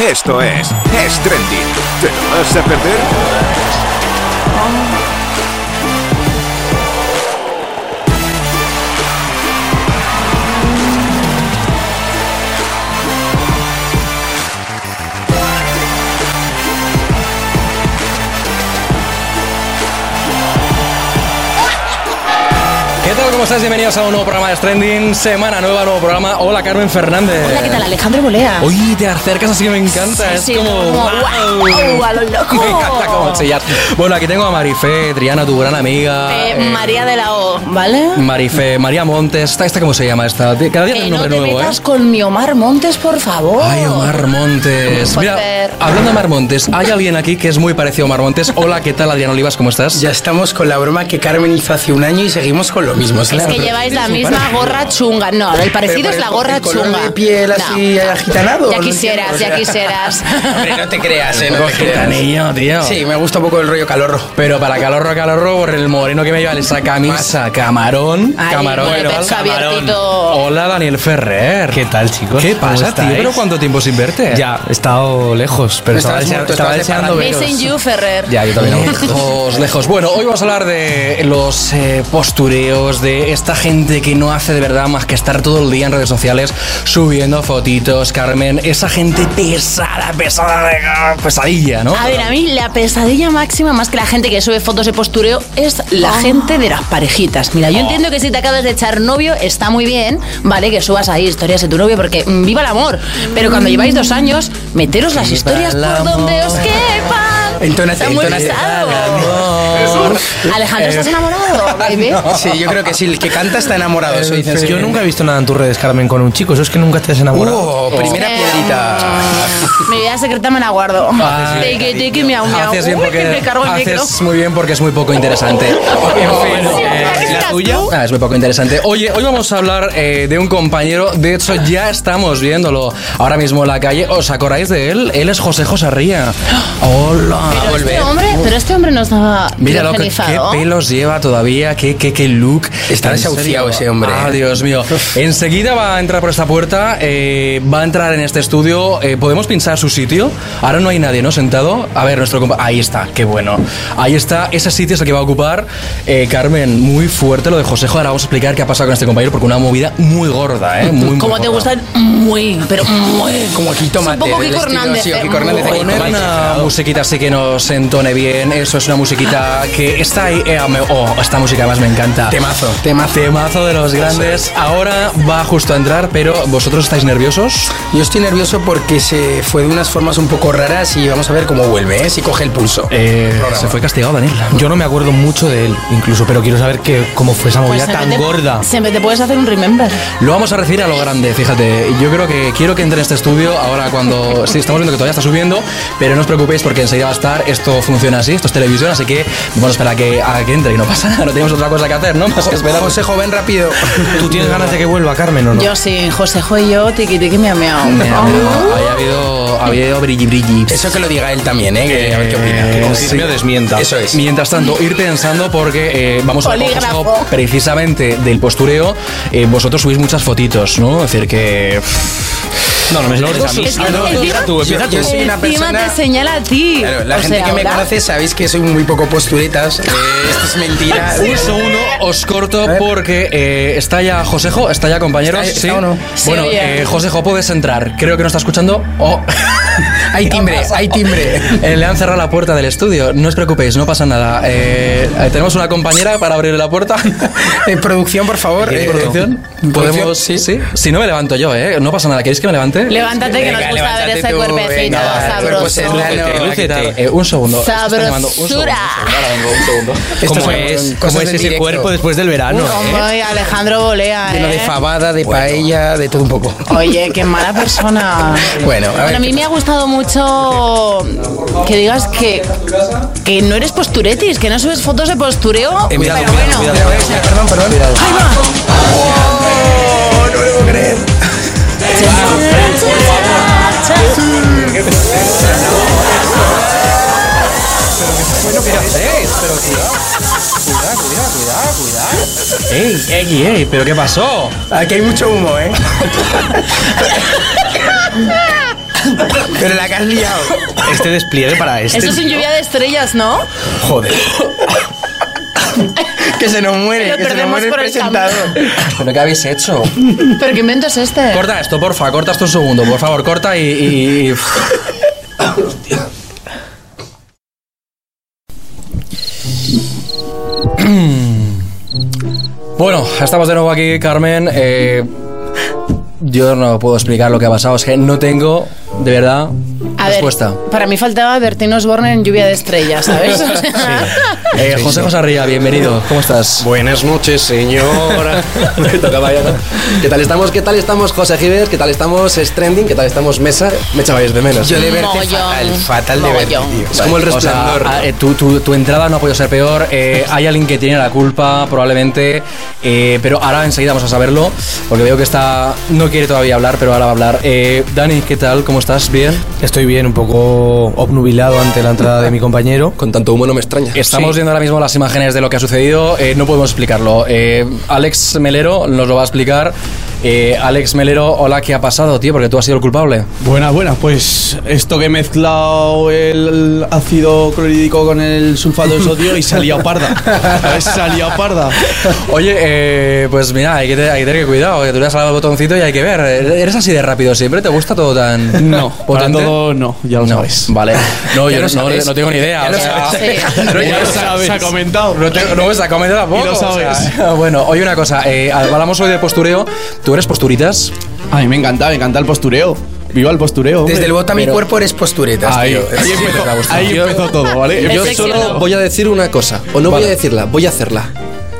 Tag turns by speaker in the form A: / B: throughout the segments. A: Esto es Es Trending. ¿Te lo vas a perder?
B: ¿Qué tal? ¿Cómo estás? Bienvenidos a un nuevo programa de Stranding, semana nueva, nuevo programa. Hola, Carmen Fernández.
C: Hola, ¿qué tal? Alejandro Bolea.
B: Oye, te acercas así que me encanta.
C: Sí,
B: es
C: sí,
B: como.
C: como,
B: ¡guau!
C: guau, a lo loco.
B: Me encanta como chillar. Bueno, aquí tengo a Marifé, Triana, tu gran amiga.
C: Eh,
B: eh,
C: María de la O, ¿vale?
B: Marifé, María Montes. ¿Esta, esta cómo se llama esta? Cada día tiene
C: Que
B: un
C: no
B: nombre
C: te
B: nuevo, ¿eh?
C: metas con mi Omar Montes, por favor.
B: Ay, Omar Montes.
C: Oh. Puede
B: Mira,
C: ser.
B: hablando de Omar Montes, hay alguien aquí que es muy parecido a Omar Montes. Hola, ¿qué tal, Adrián Olivas? ¿Cómo estás?
D: Ya estamos con la broma que Carmen hizo hace un año y seguimos con lo mismo.
C: Es que lleváis la misma gorra chunga. No, el parecido es la gorra chunga.
D: de piel
C: No.
D: así agitanado?
C: Ya
D: no
C: quisieras,
D: entiendo, o
C: ya
D: sea.
C: quisieras.
D: Hombre, no te creas, eh,
B: Un
D: no
B: poco
D: te creas.
B: gitanillo, tío.
D: Sí, me gusta un poco el rollo calorro.
B: Pero para calorro, calorro, por el moreno que me lleva esa camisa, camarón,
C: Ay,
B: camarón.
C: bueno,
B: ¿qué tal?
C: pecho abiertito.
B: Hola, Daniel Ferrer.
E: ¿Qué tal, chicos?
B: ¿Qué
E: ¿Cómo
B: pasa, tío?
E: estáis?
B: ¿Pero cuánto tiempo sin verte?
E: Ya, he estado lejos, pero
D: No
E: estaba,
D: estabas
E: desea-
D: muerto,
E: estaba
D: estabas
E: deseando
D: separado.
E: veros.
C: Missing you, Ferrer.
E: Ya, yo también.
B: Lejos, lejos. Bueno, hoy vamos a hablar de los eh, postureos, de esta gente que no hace de verdad más que estar todo el día en redes sociales subiendo fotitos, Carmen. Esa gente pesada, pesada, eh, pesadilla, ¿no?
C: A ver, a mí la pesadilla máxima, más que la gente que sube fotos de postureo, es la
B: Ah.
C: gente de las parejitas. Mira, yo entiendo que si te acabas de echar novio, está muy bien, ¿vale? Que subas ahí historias de tu novio, porque mm, viva el amor. Pero cuando lleváis dos años, meteros las historias
B: Mm. el
C: por
B: amor.
C: donde os quepan.
D: Entónate,
C: está muy
D: entónate.
C: pesado.
B: Amor. Eh.
C: Alejandro, ¿estás enamorado, baby?
D: Sí, yo creo que sí, el que canta está enamorado. Eso dicen
E: Yo
D: siempre.
E: nunca he visto nada en tus redes, Carmen, con un chico. Eso es que nunca te has enamorado.
D: ¡Oh! Primera
C: Eh,
D: piedrita.
C: Mi vida secreta me la guardo.
B: Ay,
C: Tiki, tiki, miau, miau.
B: Haces bien
C: Uy, que me
B: porque
C: cargo el micro.
B: haces muy bien porque es muy poco interesante. En fin, eh,
C: ¿Estás
B: la tuya
C: tú?
B: Ah, es muy poco interesante. Oye, hoy vamos a hablar eh, de un compañero. De hecho, ya estamos viéndolo ahora mismo en la calle. ¿Os acordáis de él? Él es José Josarría. Hola.
C: Pero este hombre, pero este hombre no estaba
B: Míralo, qué, qué
C: criogenizado.
B: pelos lleva todavía, qué, qué, qué look.
D: Está
B: En
D: desahuciado
B: serio.
D: ese hombre,
B: Ah,
D: eh.
B: Dios mío. Enseguida va a entrar por esta puerta, eh, va a entrar en este estudio. eh, ¿Podemos pinchar su sitio? Ahora no hay nadie, ¿no? Sentado. A ver, nuestro compa. Ahí está, qué bueno. Ahí está, ese sitio es el que va a ocupar eh, Carmen. Muy fuerte lo de Josejo. Ahora vamos a explicar qué ha pasado con este compañero porque una movida muy gorda, ¿eh? Muy, muy
C: Como te
B: gorda.
C: gustan muy, pero muy.
D: Como Kiko
C: Es un
D: Mate.
C: poco
D: del
C: Kiko
D: estilo,
C: Hernández,
D: sí, o
C: eh,
D: Kiko Hernández de
C: muy
D: Kiko
B: Poner
D: Mate.
B: una musiquita así que nos entone bien. Eso es una musiquita que está ahí. eh, me- oh, esta música además me encanta.
D: Temazo, temazo.
B: Temazo de los grandes. Ahora va justo a entrar, pero ¿vosotros estáis nerviosos?
D: Yo estoy nervioso porque se fue de unas formas un poco raras y vamos a ver cómo vuelve, ¿eh? si coge el pulso. Programa.
B: se fue castigado, Daniel.
E: Yo no me acuerdo mucho de él, incluso, pero quiero saber que, cómo fue esa
C: Pues
E: movida
C: se
E: tan
C: me te-
E: gorda.
C: Se me te puedes hacer un remember.
B: Lo vamos a recibir a lo grande, fíjate. Yo creo que quiero que entre en este estudio ahora cuando... Sí, estamos viendo que todavía está subiendo, pero no os preocupéis porque enseguida va a estar. Esto funciona así, esto es televisión, así que vamos a esperar a que, a que entre y no pasa nada. No tenemos otra cosa que hacer, ¿no? Más que esperar.
D: José Joven rápido.
E: ¿Tú tienes ganas de que vuelva, Carmen, o no?
C: Yo sí, José Jo y yo, tiqui tiqui miau miau.
B: Me ha habido- había habido, había habido brilli brilli.
D: Eso que lo diga él también, ¿eh? Que a ver qué
B: Eh,
D: opina.
B: sí.
E: desmienta.
D: Eso es.
B: Mientras tanto, ir pensando porque eh, vamos a hablar con
C: Polígrafo.
B: José Jo precisamente del postureo. eh, vosotros subís muchas fotitos, ¿no? Es decir, que.
E: No, no me
B: Los dos
E: sientes a mí.
B: sois-
E: Ah, no,
C: encima-
E: empieza tú, empieza
D: yo-
E: tú.
D: yo soy una
C: Encima
D: persona-
C: te señala a ti.
D: Claro, la
C: O
D: gente
C: sea,
D: que me
C: hola.
D: conoce sabéis que soy muy poco posturetas. eh, esto es mentira.
B: Un segundo, os corto porque eh, está ya Josejo, está ya compañeros.
D: ¿Está- está
B: sí.
D: o no?
C: Sí,
B: Bueno,
C: oye.
B: eh, Josejo, puedes entrar. Creo que no está escuchando. Oh.
D: Hay timbre, hay timbre.
B: Eh, le han cerrado la puerta del estudio. No os preocupéis, no pasa nada. Eh, eh, tenemos una compañera para abrirle la puerta.
D: Eh, producción, por favor. eh,
B: producción? Podemos, sí, sí. Si no me levanto yo, ¿eh? No pasa nada. ¿Queréis que me levante?
C: Levántate que
D: Venga,
C: nos gusta ver
D: levántate
C: ese
D: tú,
C: cuerpecito
D: venga, va, cuerpo
E: pues, eh,
C: sabroso.
D: serrano.
B: Lúcete,
D: no,
B: lúcete.
D: aquí
B: Eh, un segundo. Es que están llamando. Un segundo,
C: Sabrosura.
B: un segundo. Ahora vengo, un segundo.
D: Esto
E: ¿Cómo
D: son
E: es,
D: cosas
E: cómo es
D: del
E: ese
D: directo.
E: cuerpo después del verano. ¿eh?
C: Hombre, Alejandro Bolea,
D: Lleno de
C: ¿eh?
D: fabada, de paella, de todo un poco.
C: Oye, qué mala persona.
D: Bueno, a ver
C: a mí
D: qué
C: me ha gustado mucho que digas que, que no eres posturetis, que no subes fotos de postureo.
E: Eh, cuidado,
C: pero
E: cuidado,
C: bueno.
E: cuidado.
D: Perdón, perdón.
C: Ahí va.
B: ¡Ey, ey, ey! ¿Pero qué pasó?
D: Aquí hay mucho humo, ¿eh? Pero la que has liado.
E: Este despliegue para este.
C: Eso es un lluvia de estrellas, ¿no?
D: Joder. que se nos muere,
C: Lo
D: que se nos
C: perdemos
D: muere el
C: por el
D: presentador.
B: ¿Pero qué habéis hecho?
C: Pero qué invento es este.
B: Corta esto, porfa, corta esto un segundo, por favor, corta y. y- y- bueno, estamos de nuevo aquí, Carmen. eh, yo no puedo explicar lo que ha pasado, es que no tengo, de verdad,
C: A ver,
B: respuesta.
C: para mí faltaba Bertín Osborne en lluvia de estrelles, ¿sabes? O sea,
B: Eh, José José Ría, bienvenido, ¿cómo estás?
F: Buenas noches, señora. Me tocaba ya, ¿no? ¿Qué tal estamos? ¿Qué tal estamos, José Giver? ¿Qué tal estamos, Stranding? ¿Qué tal estamos, Mesa? Me echabais de menos.
D: Yo de verte
C: Mogollón.
D: fatal, fatal de verte,
C: Mogollón.
D: tío.
F: Es como el
B: O sea,
F: resplandor.
B: ah, eh, tu, tu- tu entrada no ha podido ser peor. eh, hay alguien que tiene la culpa, probablemente. eh, pero ahora enseguida vamos a saberlo. Porque veo que está. No quiere todavía hablar, pero ahora va a hablar. Eh, Dani, ¿qué tal? ¿Cómo estás? ¿Bien?
E: Estoy bien, un poco obnubilado ante la entrada de mi compañero.
F: Con tanto humo no me extraña.
B: Estamos
E: Sí.
B: viendo ahora mismo las imágenes de lo que ha sucedido. eh, no podemos explicarlo. Eh, Alex Melero nos lo va a explicar. Eh, Alex Melero, hola, ¿qué ha pasado, tío? Porque tú has sido el culpable.
G: Buenas, buenas, pues esto que he mezclado el ácido clorhídrico con el sulfato de sodio y salía parda. ¿Sabes? Salía parda.
B: Oye, eh, pues mira, hay que, te- hay que tener que cuidado, que tú le has dado el botoncito y hay que ver. ¿Eres así de rápido siempre? ¿Te gusta todo tan
G: No, para
B: potente?
G: todo no, ya lo
B: no,
G: sabes.
B: Vale. No,
D: Ya
B: yo
D: lo
B: no,
D: sabes.
B: no tengo ni idea.
D: Ya
B: o
D: lo
B: sea,
D: sabes.
B: no,
G: Ya lo
B: se-
G: sabes.
B: Se ha comentado. No, tengo- no, se ha comentado tampoco.
G: Y lo
B: o sea,
G: sabes.
B: bueno, oye una cosa. eh, hablamos hoy de postureo. ¿Tú eres posturitas?
G: A mí me encanta, me encanta el postureo. Viva el postureo. hombre.
D: Desde el bota mi
B: Pero-
D: cuerpo eres posturetas,
G: Ahí,
D: tío.
G: ahí
D: Siempre
G: empezó,
D: te va a gustar.
G: ahí empezó todo, ¿vale?
F: Yo
C: sexy o no?
F: solo voy a decir una cosa. O no voy a decirla, voy a hacerla.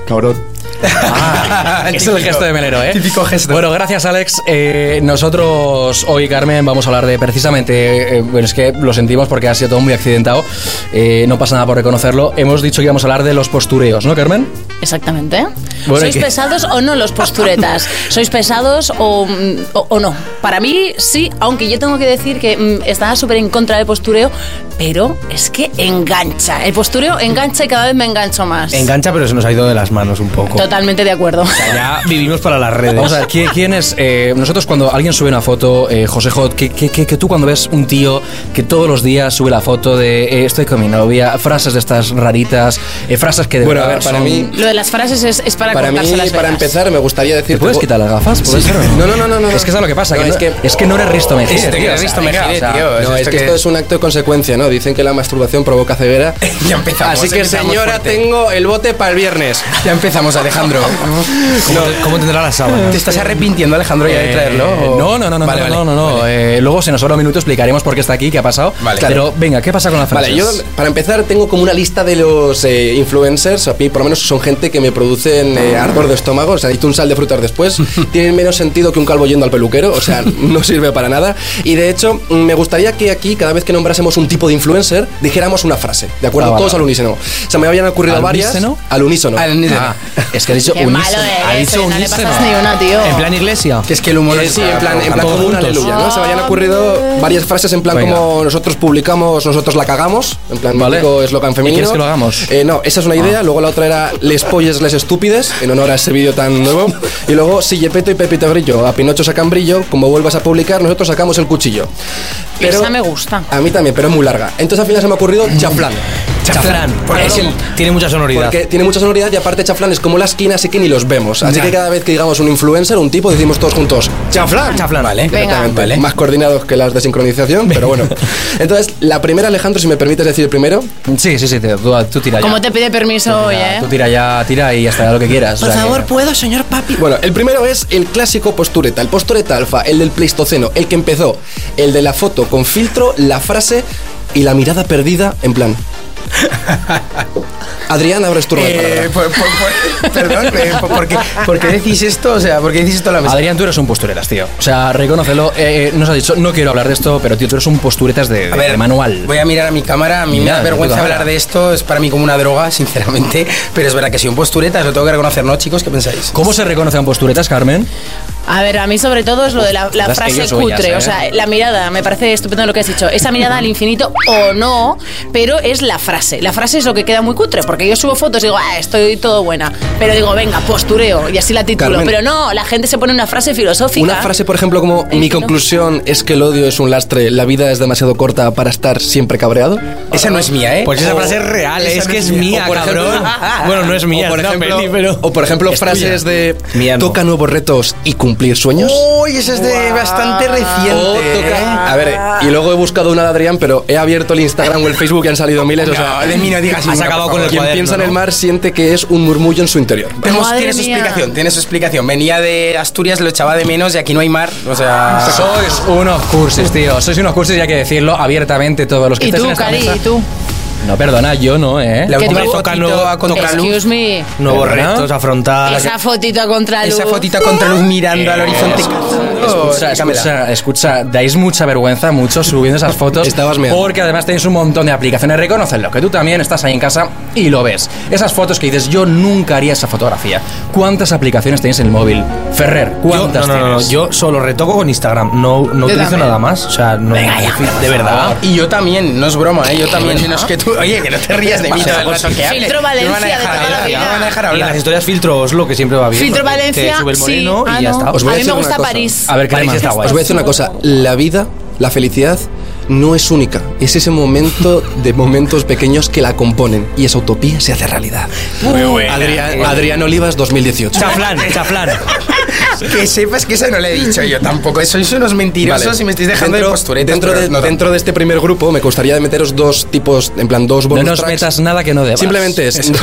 G: Cabrón.
B: Ah, es el gesto de Melero, ¿eh?
D: Típico gesto.
B: Bueno, gracias, Alex. Eh, nosotros hoy, Carmen, vamos a hablar de precisamente. eh, bueno, es que lo sentimos porque ha sido todo muy accidentado. Eh, no pasa nada por reconocerlo. Hemos dicho que íbamos a hablar de los postureos, ¿no, Carmen?
C: Exactamente.
B: Bueno,
C: ¿Sois
B: ¿y qué?
C: pesados o no los posturetas? ¿Sois pesados o, mm, o- o no? Para mí sí, aunque yo tengo que decir que mm, estaba súper en contra del postureo, pero es que engancha. El postureo engancha y cada vez me engancho más.
E: Engancha, pero se nos ha ido de las manos un poco.
C: Totalmente de acuerdo.
E: Ya vivimos para las redes.
B: Vamos a ver, ¿quién, quién es? eh, nosotros cuando alguien sube una foto, eh, José Hot, que, que- que- que tú cuando ves un tío que todos los días sube la foto de eh, estoy con mi novia, frases de estas raritas, eh, frases que de
F: Bueno, a
B: verdad
F: ver, para
B: son-
F: mí.
C: Lo de las frases es, es para,
F: Para mí,
C: cortarse las
F: para
C: venas.
F: empezar, me gustaría decir.
B: ¿Te puedes quitar las gafas? ¿Puede ser o
F: No, no, no, no, no.
B: Es que es lo que pasa,
F: No,
B: que no,
F: es que-
B: es que no eres Risto Mejide,
D: Este que
B: tío,
D: eres
B: o sea,
D: Risto
B: venga,
D: Mejide,
B: o sea,
D: tío. este
F: No, es, que, esto es un acto de consecuencia, ¿no? Dicen que la masturbación provoca ceguera.
D: Ya empezamos.
F: Así que,
D: empezamos
F: señora,
D: fuerte.
F: tengo el bote para el viernes.
D: Ya empezamos, Alejandro.
E: ¿Cómo, te- cómo tendrá la sábana?
D: ¿Te estás arrepintiendo, Alejandro, ya de traerlo?
B: Eh,
D: o-
B: no, no, no, no,
D: Vale,
B: no,
D: vale.
B: no, no, no, eh, luego se nos sobra un minuto, explicaremos por qué está aquí, qué ha pasado.
D: Vale.
B: Pero venga, ¿qué pasa con las frases?
F: Vale, yo para empezar tengo como una lista de los eh, influencers, a mí por lo menos son gente que me producen eh,
B: Ah.
F: ardor de estómago, o sea, necesito un sal de frutas después, tienen menos sentido que un calvo yendo al peluquero, o sea, no sirve para nada. Y de hecho, mm, me gustaría que aquí, cada vez que nombrásemos un tipo de influencer, dijéramos una frase, ¿de
B: Ah,
F: acuerdo?
B: vale.
F: Todos al unísono. O sea, me habían ocurrido
B: ¿Al
F: varias.
B: unísono?
F: Al unísono.
D: Al unísono.
B: Ah, es que ha dicho
C: Qué
B: unísono.
C: malo eres,
B: ha dicho
C: oye, no le
B: unísono.
C: pasas ni una, tío.
E: ¿En plan iglesia?
D: Que es que el humor
F: Eh,
D: es-
F: sí, en plan, en plan
E: todos
F: como una
E: juntos.
F: aleluya, ¿no? Se me habían ocurrido
C: Ah,
F: varias frases en plan
B: Venga.
F: como nosotros publicamos, nosotros la cagamos, en plan
B: Vale.
F: típico eslogan femenino.
B: quieres que lo hagamos? Ah.
F: Eh, no, esa es una idea, luego la otra era les polles, les estúpides, en honor a ese vídeo tan nuevo, y luego si Yepeto y Pepito Grillo, a Pinocho sacan brillo, como vuelvas a publicar, nosotros sacamos el cuchillo.
C: Esa me gusta.
F: A mí también, pero es muy larga. Entonces al final se me ha ocurrido chaflán.
E: Chaflán. Porque es el- tiene mucha sonoridad.
F: Porque tiene mucha sonoridad y aparte chaflán es como la esquina, así que ni los vemos. Así
E: Ya.
F: que cada vez que digamos un influencer, un tipo, decimos todos juntos,
E: Chaflán. Chaflán. Vale.
F: Exactamente, más coordinados que las de sincronización, pero bueno. Entonces, la primera, Alejandro, si me permites decir primero,
B: Sí, sí, sí, te- tú, tú tira ya.
C: Como te pide permiso hoy, eh?
B: Tú tira ya, tira y hasta lo que quieras. o sea que-
D: ¿puedo, señor papi?
F: Bueno, el primero es el clásico postureta, el postureta alfa, el del pleistoceno, el que empezó, el de la foto con filtro, la frase y la mirada perdida en plan. Adrián, abres turno de palabra.
D: Eh, por- por- por- perdón, eh, por- porque, porque decís esto, o sea, porque decís esto a la
F: Pues
D: mesa.
B: Adrián, tú eres un posturetas, tío. O sea, reconócelo. Eh, eh, nos ha dicho, no quiero hablar de esto, pero tío, tú eres un posturetas de,
D: A
B: de- de manual.
D: Voy a mirar a mi cámara. A mí me
B: Mira,
D: da
B: de
D: vergüenza
B: puta
D: hablar
B: madre.
D: de esto. Es para mí como una droga, sinceramente. Pero es verdad que soy un postureta. Lo tengo que reconocer, ¿no, chicos? ¿Qué pensáis?
B: ¿Cómo se reconoce a un posturetas, Carmen?
C: A ver, a mí sobre todo es lo de la, la
B: Las
C: frase
B: ellos o ellas,
C: cutre,
B: ¿eh?
C: o sea, la mirada, me parece estupendo lo que has dicho, esa mirada al infinito o no, pero es la frase, la frase es lo que queda muy cutre, porque yo subo fotos y digo, ah, estoy todo buena, pero digo, venga, postureo y así la titulo,
F: Carmen.
C: pero no, la gente se pone una frase filosófica.
F: Una frase, por ejemplo, como
C: Ey,
F: mi
C: no.
F: conclusión es que el odio es un lastre, la vida es demasiado corta para estar siempre cabreado.
D: Esa no es mía, ¿eh?
E: Pues esa frase es real, es que es mía,
F: O por ejemplo-
E: cabrón.
D: Ah,
E: bueno, no es mía,
F: o por
E: es una
F: ejemplo,
E: peli, pero-
F: o por ejemplo frases de
E: Mía no.
F: toca nuevos retos y cumplir sueños.
D: Uy, esa es de bastante reciente. ¿eh?
F: O toca- A ver, y luego he buscado una de Adrián, pero he abierto el Instagram o el Facebook y han salido miles. o sea,
D: No, de mí no digas
E: Has
D: ninguna,
E: acabado
D: por
E: con el
D: favor.
F: Quien
E: cuaderno,
F: piensa en el
E: ¿no?
F: mar siente que es un murmullo en su interior.
D: Tenemos-
C: Madre
D: tiene su
C: mía.
D: explicación, tiene su explicación. Venía de Asturias, lo echaba de menos y aquí no hay mar. O
F: Ah.
D: sea.
B: Sois unos cursis, tío. Sois unos cursis y hay que decirlo abiertamente todos los que
C: Y
B: estáis
C: tú,
B: en esta
C: Cari,
B: mesa.
C: y tú.
B: No, perdona, yo no, ¿eh?
D: La
C: Que
D: última
C: tú-
D: toca nuevo a contraluz.
C: Excuse me.
E: Nuevos
B: ¿Verdad?
E: retos, afrontar.
C: Esa fotito a contraluz.
D: Esa fotita contraluz mirando al horizonte.
B: Escucha,
D: Sácamela.
B: escucha, escucha, dais mucha vergüenza mucho subiendo esas fotos.
F: Estabas meando.
B: Porque además tenéis un montón de aplicaciones. Reconocedlo, que tú también estás ahí en casa y lo ves. Esas fotos que dices, yo nunca haría esa fotografía. ¿Cuántas aplicaciones tenéis en el móvil? Ferrer,
E: Yo,
B: ¿cuántas
E: no, no, no, no,
B: tienes?
E: yo solo retoco con Instagram, no, no utilizo
D: también.
E: nada más. O sea, no, de
F: Ah.
E: verdad.
D: Y yo también, no es broma, ¿eh? yo también. Menos que tú. Oye, que no te rías de mí todo el rato que hables.
C: Filtro
D: No me van a
C: Valencia de
D: dejar
C: toda la
D: hablar,
C: vida.
D: No me van a dejar
E: Y en las
D: hablar.
E: historias filtro Oslo, que siempre va bien.
C: Filtro
E: porque
C: Valencia,
E: Te sube el
C: sí.
E: moreno
C: Ah,
E: y ya
C: no.
E: está.
F: Os voy
C: a mí me
F: a decir una
C: gusta
F: cosa.
C: París.
B: A ver, Carmen,
E: París está guay.
F: Os voy a decir una cosa, la vida, la felicidad no es única, es ese momento de momentos pequeños que la componen y esa utopía se hace realidad. Adrián, Adrián Olivas 2018.
E: Chaflán, chaflán.
D: Que sepas que esa no la he dicho yo tampoco. Sois unos mentirosos
F: Vale.
D: y me estáis dejando
F: dentro,
D: de postureta.
F: dentro de, dentro de este primer grupo me gustaría meteros dos tipos, en plan dos
B: No
F: bonus
B: nos
F: tracks.
B: metas nada que no debas.
F: Simplemente es...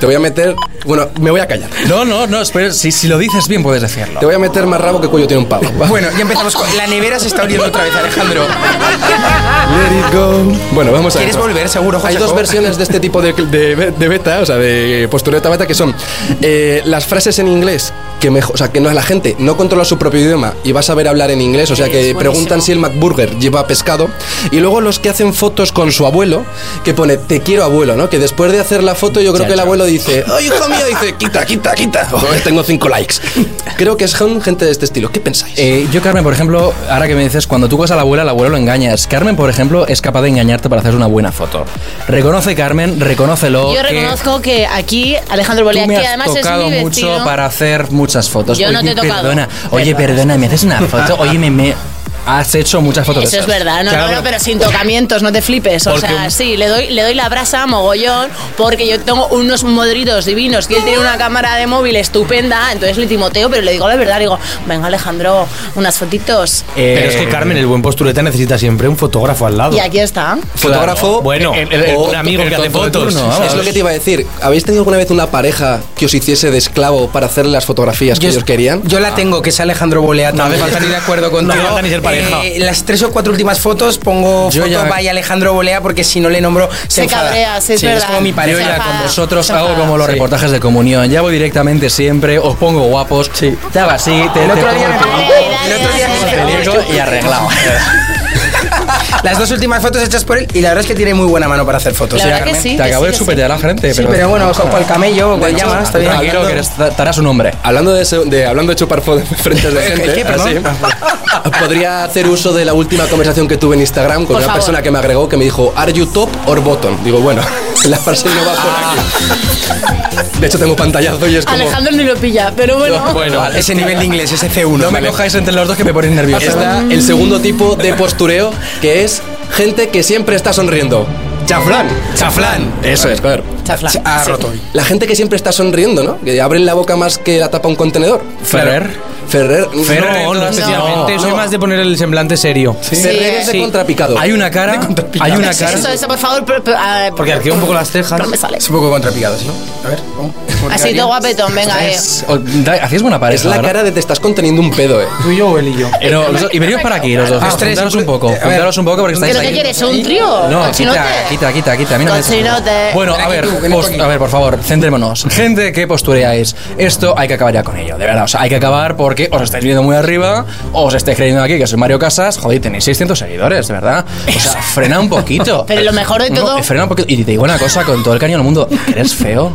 F: Te voy a meter... Bueno, me voy a callar.
B: No, no, no, espera, si, si lo dices bien puedes decirlo.
F: Te voy a meter más rabo que cuello tiene un pavo. ¿va?
D: Bueno, ya empezamos con. La nevera se está abriendo otra vez, Alejandro.
F: Let it go. Bueno, vamos a ver.
D: ¿Quieres volver, seguro, José
F: Hay dos
D: Jacob?
F: versiones de este tipo de, de- de beta, o sea, de postureta beta, que son eh, las frases en inglés, que mejor, o sea, que no, la gente no controla su propio idioma y va a saber hablar en inglés, o sea, que preguntan si el McBurger lleva pescado. Y luego los que hacen fotos con su abuelo, que pone, te quiero abuelo, ¿no? Que después de hacer la foto, yo creo que el abuelo dice, ¡ay, hijo mío! Dice, quita, quita, quita. Joder, tengo cinco likes. Creo que es gente de este estilo. ¿Qué pensáis?
B: Eh, yo, Carmen, por ejemplo, ahora que me dices, cuando tú vas a la abuela, la abuela lo engañas. Carmen, por ejemplo, es capaz de engañarte para hacer una buena foto. Reconoce, Carmen, reconócelo. que
C: Yo reconozco que aquí Alejandro
B: Tú
C: Bolea,
B: me
C: que
B: has
C: además es
B: tocado
C: mi vecino,
B: mucho para hacer muchas fotos.
C: Yo
B: oye,
C: no te he tocado.
B: perdona. Oye,
C: Perdona.
B: perdona, ¿me haces una foto? Oye, me, me- has hecho muchas fotos. de
C: Eso es
B: esas.
C: verdad, no,
E: Claro,
C: no, no,
E: pero-
C: pero sin tocamientos, no te flipes. O sea, sí, le doy, le doy la brasa a mogollón porque yo tengo unos modritos divinos y él tiene una cámara de móvil estupenda, entonces le timoteo, pero le digo la verdad, le digo, venga Alejandro, unas fotitos.
B: Eh,
E: Pero es que Carmen, el buen postureta necesita siempre un fotógrafo al lado.
C: Y aquí está.
F: Fotógrafo,
E: Bueno,
B: El- el- el-
E: o un amigo
B: el
E: que hace
B: tonto de
E: fotos.
B: turno, vamos.
F: Es lo que te iba a decir. ¿Habéis tenido alguna vez una pareja que os hiciese de esclavo para hacer las fotografías que ellos querían?
D: Yo la tengo, que es Alejandro Bolea. No
E: hace falta
D: estoy
E: ni-
D: de acuerdo contigo.
E: no hace falta ni ser pareja.
D: Eh, las tres o cuatro últimas fotos pongo
B: Yo
D: foto
B: ya-
D: by Alejandro Bolea porque si no le nombro se,
C: Se
D: enfada.
C: cabrea, sí, es verdad.
D: como mi
B: Yo
D: pareja.
B: ya
C: Zafa,
B: con vosotros
C: zafa.
B: hago como los
D: Sí.
B: reportajes de comunión. Ya voy directamente siempre, os pongo guapos. Sí. Te hago así, te, te pongo el
C: Dale,
B: pelo-
C: dale,
D: El otro día me
C: dale, dale.
D: peleé.
B: pelo y arreglado.
D: Las dos últimas fotos hechas por él y la verdad es que tiene muy buena mano para hacer fotos.
C: La
D: ¿eh,
C: verdad que
D: Carmen?
C: sí.
B: Te acabo de
C: sí.
B: chupetear la frente.
D: Sí, pero bueno,
B: no
D: con el camello, con
F: hecho,
D: llamas, está bien.
B: Tranquilo, que eres- estarás un hombre.
F: Hablando de, eso- de- hablando de chupar fo- frentes de gente,
D: ¿Qué, perdón?
F: así, podría hacer uso de la última conversación que tuve en Instagram con
C: Por
F: una
C: favor.
F: persona que me agregó que me dijo ¿Are you top or bottom? Digo, bueno, la frase no va por aquí. De hecho, tengo pantallazo y es como...
C: Alejandro ni lo pilla, pero bueno.
F: Vale.
D: Ese nivel de inglés, ese C1.
B: No me
D: vale.
B: cojáis entre los dos que me ponéis nervioso.
F: Está el segundo tipo de postureo, que es gente que siempre está sonriendo.
D: Chaflán, chaflán.
F: Eso es, claro.
C: Chafla.
D: Ah, roto.
F: La gente que siempre está sonriendo, ¿no? Que abren la boca más que la tapa un contenedor.
B: Ferrer.
F: Ferrer.
B: Ferrer,
E: No, no, especialmente. Soy más de poner el semblante serio.
F: Ferrer es de
E: Sí.
F: contrapicado.
B: Hay una cara. Hay una
C: Eso,
B: cara.
C: eso, por favor. pero- pero, ah,
E: Porque arqueo un poco las cejas.
C: No me sale.
D: Es un poco contrapicado, ¿sí? A ver, vamos.
C: Así todo guapetón, venga, eh.
B: Es- o- da- Hacéis buena pareja,
F: Es la
B: ¿verdad?
F: cara de te estás conteniendo un pedo, eh.
D: Tú y yo o él y yo.
B: Pero los dos- y venimos para aquí, los dos.
D: Ah,
B: juntaros
D: tres,
B: un poco,
D: eh, a ver.
B: juntaros un poco porque estáis
C: ¿Pero qué
B: ahí.
C: quieres? ¿Un trío?
B: No,
C: ¿Cochinote?
B: quita, quita, quita, quita. A mí no me
C: Cochinote.
B: Bueno, a
D: Ven aquí
B: ver,
D: tú, ven
B: post-
D: aquí.
B: a ver, por favor, centrémonos. Gente, ¿qué postureáis? Esto hay que acabar ya con ello, de verdad. O sea, hay que acabar porque os estáis viendo muy arriba, os estáis creyendo aquí que sois Mario Casas. Joder, tenéis 600 seguidores, de verdad. O sea, frena un poquito.
C: Pero lo mejor de
B: No,
C: todo-
B: frena un poquito. Y te digo una cosa, con todo el cariño del mundo, ¿eres feo?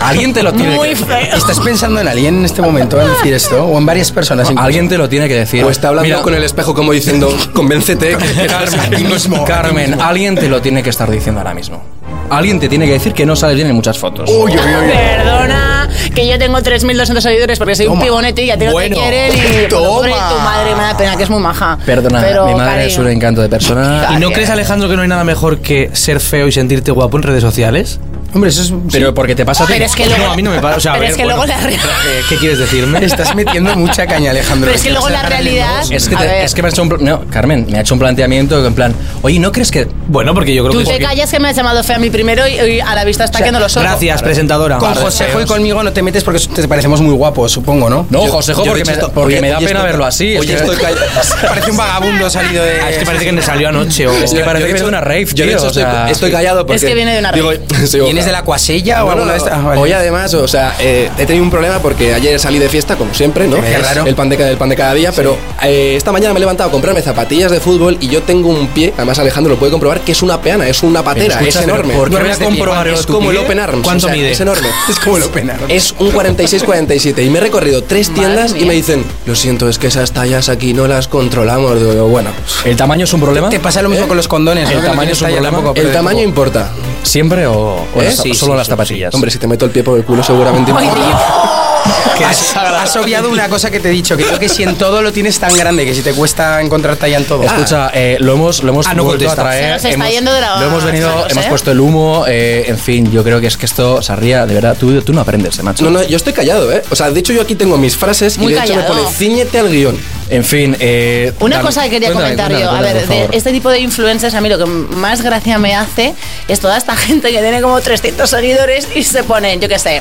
B: Alguien te lo tiene
C: Muy
B: que
C: feo.
D: ¿Estás pensando en alguien en este momento al decir esto? ¿O en varias personas? incluso?
B: Alguien te lo tiene que decir.
F: O está hablando
B: Mira,
F: con el espejo como diciendo, convéncete. que estás aquí
B: Carmen,
F: mismo".
B: Carmen, alguien te lo tiene que estar diciendo ahora mismo. Alguien te tiene que decir que no sales bien en muchas fotos.
F: Uy, uy, uy.
C: Perdona, que yo tengo 3.200 seguidores porque soy un pibonete y a ti no
F: Bueno,
C: te quieren y pobre tu madre me da pena que es muy maja.
B: Perdona,
C: Pero,
B: mi madre
C: cariño,
B: es un encanto de persona.
E: ¿Y no
C: Gracias.
E: crees, Alejandro, que no hay nada mejor que ser feo y sentirte guapo en redes sociales?
D: Hombre, eso es...
B: Pero porque te pasa a ti.
C: Pero es que luego,
E: No, a mí no me pasa. O sea, a
C: pero
E: ver,
C: es que
E: bueno,
C: luego la re-
E: eh, ¿Qué quieres decirme?
D: Estás metiendo mucha caña, Alejandro.
C: pero es que luego la realidad.
B: Es que,
C: a
B: te-
C: ver,
B: es que me ha hecho un... pl- No, Carmen, me ha hecho un planteamiento en plan... Oye, ¿no crees que...?
E: Bueno, porque yo creo
C: Tú
E: que...
C: te
E: porque-
C: callas que me has llamado fea a mí primero y, y a la vista está que no lo soy.
E: Gracias, presentadora.
D: Con Josejo y conmigo no te metes porque te parecemos muy guapos, supongo, ¿no?
B: No,
F: Yo-
B: Josejo,
F: yo he
B: porque,
F: dicho
B: me,
F: esto-
B: porque
F: oye,
B: me da
F: oye,
B: pena
F: estoy-
B: verlo así. es
F: oye,
B: que-
F: estoy callado.
D: Parece un vagabundo salido de...
E: Ah, es que parece que me salió anoche o...
B: Es que parece que viene de una rave,
F: Eh, Yo de
B: tío,
F: hecho
B: o
F: estoy,
B: sea-
F: estoy callado porque...
C: Es que viene de una
F: digo,
C: rave.
F: sí,
D: ¿Vienes
F: ojalá.
D: de la cuasella o
F: No,
D: alguna
F: no,
D: de estas? Ah,
F: no.
D: vale.
F: Hoy además, o sea, eh, he tenido un problema porque ayer salí de fiesta, como siempre, ¿no?
D: Qué raro.
F: El pan de, ca- el pan de cada día, pero eh, esta mañana me he levantado a comprarme zapatillas de fútbol y yo tengo un pie, además Alejandro lo puede comprobar, que es una peana, es una
B: Pero
F: patera,
B: escucha,
F: es
B: pero
F: enorme.
B: ¿Por qué voy a
D: Duermes de pie.
B: comprobar
F: es
B: tu
F: como el
B: pie?
F: Open Arms.
E: ¿Cuánto
F: o sea,
E: mide?
F: Es enorme.
D: Es como lo penaron.
F: Es un 46-47 y me he recorrido tres tiendas y
C: mía.
F: me dicen, lo siento, es que esas tallas aquí no las controlamos. Digo, yo, bueno, ¿Eh?
B: ¿El tamaño es un problema? ¿Eh?
D: Te pasa lo mismo con los condones.
B: El
D: ¿no? Que no
B: tamaño
D: tienes
B: es un
D: talla
B: problema.
D: tampoco, pero
F: el tamaño importa.
B: ¿Siempre o, o
F: ¿Eh?
B: las-
F: Sí,
B: solo
F: sí,
B: las
F: sí,
B: zapatillas?
F: Hombre, si te meto el pie por el culo seguramente importa.
D: Has, has obviado una cosa que te he dicho, que creo que si en todo lo tienes tan grande que si te cuesta encontrar talla en todo.
B: Escucha, eh, lo hemos, lo hemos
E: Ah, no
B: vuelto
E: contesta.
B: a traer.
C: Se nos está
B: hemos-
C: yendo de la-
B: Lo hemos venido,
C: José.
B: hemos puesto el humo, eh, en fin, yo creo que es que esto se ría, de verdad. Tú, tú no aprendes, eh, macho.
F: No, no, yo estoy callado, ¿eh? O sea, de hecho yo aquí tengo mis frases
C: Muy
F: y de hecho
C: callado.
F: me pone ciñete al guión.
B: En fin, eh,
C: Una
B: dame-
C: cosa que quería
B: cuéntame,
C: comentar
B: cuéntame,
C: yo,
B: cuéntame, por
C: a ver,
B: favor.
C: de este tipo de influencers a mí lo que más gracia me hace es toda esta gente que tiene como 300 seguidores y se ponen, yo qué sé,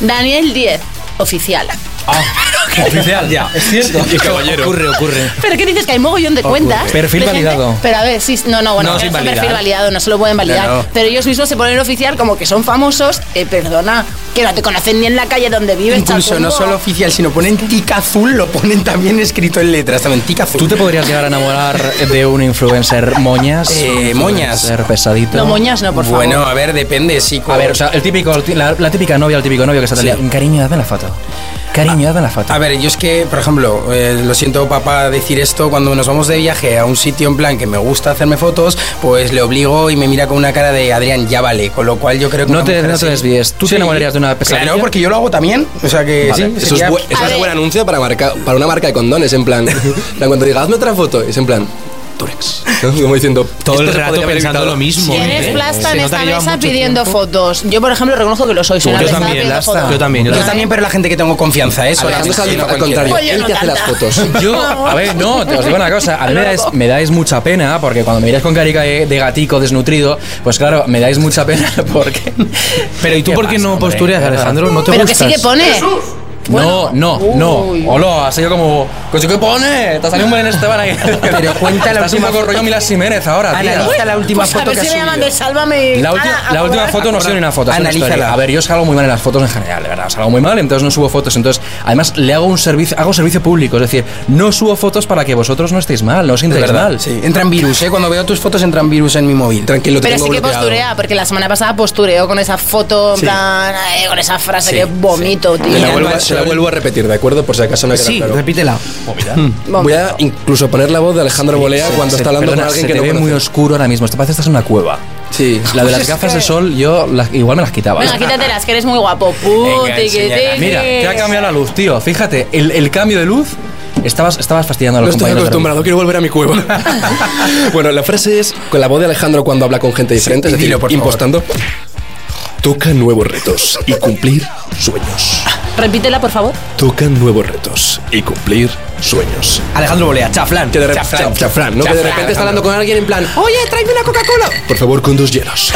C: Daniel 10, oficial.
F: Ah,
E: Oficial, ya. Es cierto. Ocurre, ocurre.
C: Pero ¿qué dices? Que hay mogollón de cuentas.
B: Perfil
C: de gente-
B: validado.
C: pero a ver, sí, no, no, bueno,
E: No,
C: es
E: sin
C: un
E: validar.
C: perfil validado, no se lo pueden validar.
D: No, no.
C: Pero ellos mismos se ponen oficial como que son famosos, eh, perdona, que no te conocen ni en la calle donde vives,
D: Incluso no
C: chacumbo.
D: solo oficial, sino ponen tica azul, lo ponen también escrito en letras, también tica azul.
B: ¿Tú te podrías llegar a enamorar de un influencer moñas?
D: Eh, moñas.
B: Ser pesadito.
C: No, moñas no, por favor.
D: Bueno, a ver, depende, sí.
B: A ver, o sea, el típico, el ti- la, la típica novia, el típico novio que se te
D: Sí.
B: lía, Cariño, dame la foto. Cariño, dame la foto.
D: A ver, yo es que, por ejemplo, eh, lo siento papá decir esto, cuando nos vamos de viaje a un sitio en plan que me gusta hacerme fotos, pues le obligo y me mira con una cara de Adrián, ya vale, con lo cual yo creo que...
B: No
D: una
B: te,
D: mujer
B: no te
D: así-
B: desvíes. ¿Tú te
D: Sí.
B: enamorarías de una pesadilla?
D: Claro, porque yo lo hago también, o sea que
B: Vale,
D: sí,
F: Eso es,
D: sería-
F: bu- eso
C: A
F: es
C: ver.
F: buen anuncio para, marca- para una marca de condones, en plan. en plan, cuando diga, hazme otra foto, es en plan, Turex. ¿no? Como diciendo,
E: Todo el
F: "Esto se
E: rato
F: podría haber
E: pensando
F: evitado".
E: lo mismo.
C: Tienes
E: ¿eh?
C: plasta
E: Se
C: en
E: nota
C: esta
E: que lleva
C: mesa
E: mucho
C: pidiendo
E: tiempo.
C: fotos. Yo, por ejemplo, reconozco que lo soy. soy una
E: Yo
C: pesada
E: también,
C: pidiendo
E: Lasta.
C: fotos.
E: Yo también, yo
D: Yo
E: también.
D: también, pero la gente que tengo confianza, eso.
F: Alejandro
D: la
F: es al,
D: gente que no
F: al
D: cualquiera.
F: contrario,
C: Oye,
F: él
C: no
F: te hace las
C: canta.
F: fotos.
B: Yo, a ver, no, te os digo una cosa, a mí me dais, me dais mucha pena porque cuando me miráis con carica de, de gatico desnutrido, pues claro, me dais mucha pena porque...
E: Pero ¿y tú por qué
B: pasa,
E: no
B: hombre?
E: postureas, Alejandro? ¿No te
C: Pero que
E: gustas?
C: sí que pone.
B: No, no, no. Hola, ha sido como... "Coño, ¿Qué pone? Te ha salido un buen Esteban ahí.
D: Pero cuenta la
B: Estás un
D: última
B: poco
D: foto.
B: rollo Milas Jiménez ahora, tía.
D: Analiza la última
C: Pues a
D: foto
C: ver
D: que
C: si
D: has
C: me llaman
D: subido.
C: de Sálvame.
B: La,
C: Ana,
B: ulti-
C: a Pues
B: la última
C: cobrar.
B: foto no ha sido ni una foto, es una
D: Analízala.
B: historia. A ver, yo salgo muy mal en las fotos en general, de verdad. Salgo muy mal, entonces no subo fotos. Entonces, además, le hago un servicio, hago servicio público. Es decir, no subo fotos para que vosotros no estéis mal, no os
D: Es
B: sintáis
D: verdad,
B: mal.
D: sí. Entran virus, ¿eh? Cuando veo tus fotos entran virus en mi móvil.
F: Tranquilo, te
C: Pero
F: tengo
C: sí que
F: bloqueado.
C: posturea, porque la semana pasada postureó con esa foto, en plan, eh, con esa frase que vomito,
F: Te la,
C: tío.
F: vuelvo, a- te la vuelvo a repetir, ¿de acuerdo? Por si acaso no queda
E: Sí,
F: claro.
E: repítela.
B: Hmm.
F: Voy a incluso poner la voz de Alejandro Bolea cuando
B: Se-
F: está hablando
B: perdona,
F: con alguien
B: se
F: que
B: te
F: no
B: ve
F: conoce. Pues
B: muy oscuro ahora mismo. Te parece que estás en una cueva.
F: Sí,
B: La de las gafas de sol, yo las- igual me las quitaba.
C: Venga, quítatelas, que eres muy guapo.
E: Venga,
C: Puti,
E: enséñala.
C: que
B: Mira, te ha cambiado la luz, tío. Fíjate, el, el cambio de luz. Estabas, estabas fastidiando a
F: No
B: los
F: estoy
B: compañeros de
F: acostumbrado, quiero volver a mi cueva. bueno, la frase es con la voz de Alejandro cuando habla con gente diferente, es decir,
D: dilo, por favor.
F: impostando. Toca nuevos retos y cumplir sueños.
C: Repítela, por favor.
A: Tocan nuevos retos y cumplir sueños.
D: Alejandro Bolea, chaflán.
F: Que de repente.
D: chaflán.
F: ¿no? que de repente está hablando con alguien en plan, oye, tráeme una Coca-Cola. Por favor, con dos hielos.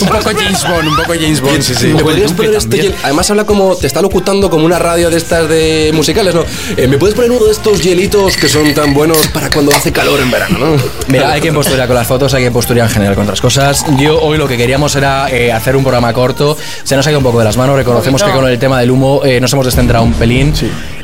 D: un poco James Bond, un poco James Bond.
A: Sí, sí, sí.
F: ¿Me
A: Ojo,
F: podrías
A: el
F: poner
A: Duque
F: este
A: también.
F: hielo? Además habla como te está locutando como una radio de estas de musicales, ¿no? Eh, ¿Me puedes poner uno de estos hielitos que son tan buenos para cuando hace calor en verano, no?
B: Mira, hay que postular con las fotos, hay que postular en general con otras cosas. Yo hoy lo que queríamos era eh, hacer un programa corto. Se nos ha ido un poco de las manos. Reconocemos que con el tema del humo eh, nos hemos descentrado un pelín.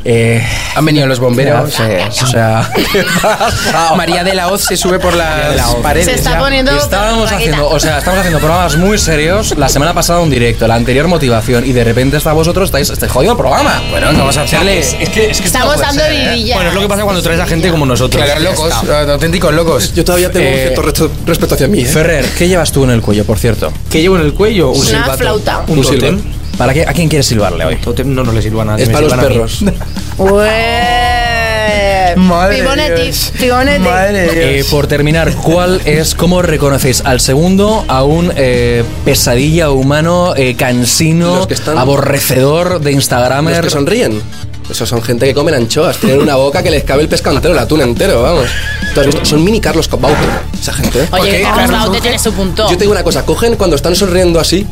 B: Eh,
D: Han venido los bomberos.
B: gracias, o sea, ¿qué pasa?
D: María de la Hoz se sube por las paredes.
C: Se está
D: ya.
C: poniendo.
B: Estábamos
C: raqueta.
B: haciendo, o sea, estamos haciendo programas muy serios. La semana pasada un directo, la anterior motivación y de repente está vosotros estáis este jodido programa.
D: Bueno, que vamos a hacerle.
E: que, es que esto no
C: Estamos
E: puede
C: dando
E: ser, ¿eh?
C: vidilla.
E: Bueno, es lo que pasa cuando traes a gente como nosotros.
D: Claro, locos, auténticos locos.
F: Yo todavía tengo un cierto resto- respeto hacia mí, ¿eh?
B: Ferrer, ¿qué llevas tú en el cuello, por cierto?
E: ¿Qué llevo en el cuello? Un
C: Una
E: silbato.
C: flauta.
E: Un,
F: Un
E: tótem.
F: silbato.
B: ¿Para qué, ¿A quién quieres silbarle hoy?
E: Tótem no, no le silba a nadie.
F: Es
E: me
F: para los
E: silban a mí.
F: perros.
C: Ué.
D: Madre
C: Fibonacci,
D: Dios.
C: Fibonacci.
B: Eh,
E: pues,
B: por terminar, ¿cuál es, cómo reconocéis al segundo a un eh, pesadilla humano, eh, cansino,
F: Los que están-
B: aborrecedor de
F: Los
B: Instagramer?
F: que sonríen. Esos son gente que comen anchoas, tienen una boca que les cabe el pescado entero, el atún entero, vamos. ¿Tú has visto? Son mini Carlos Bauke, esa gente. ¿eh?
C: Oye, Carlos Baute tiene su punto.
F: Yo tengo una cosa, cogen cuando están sonriendo así,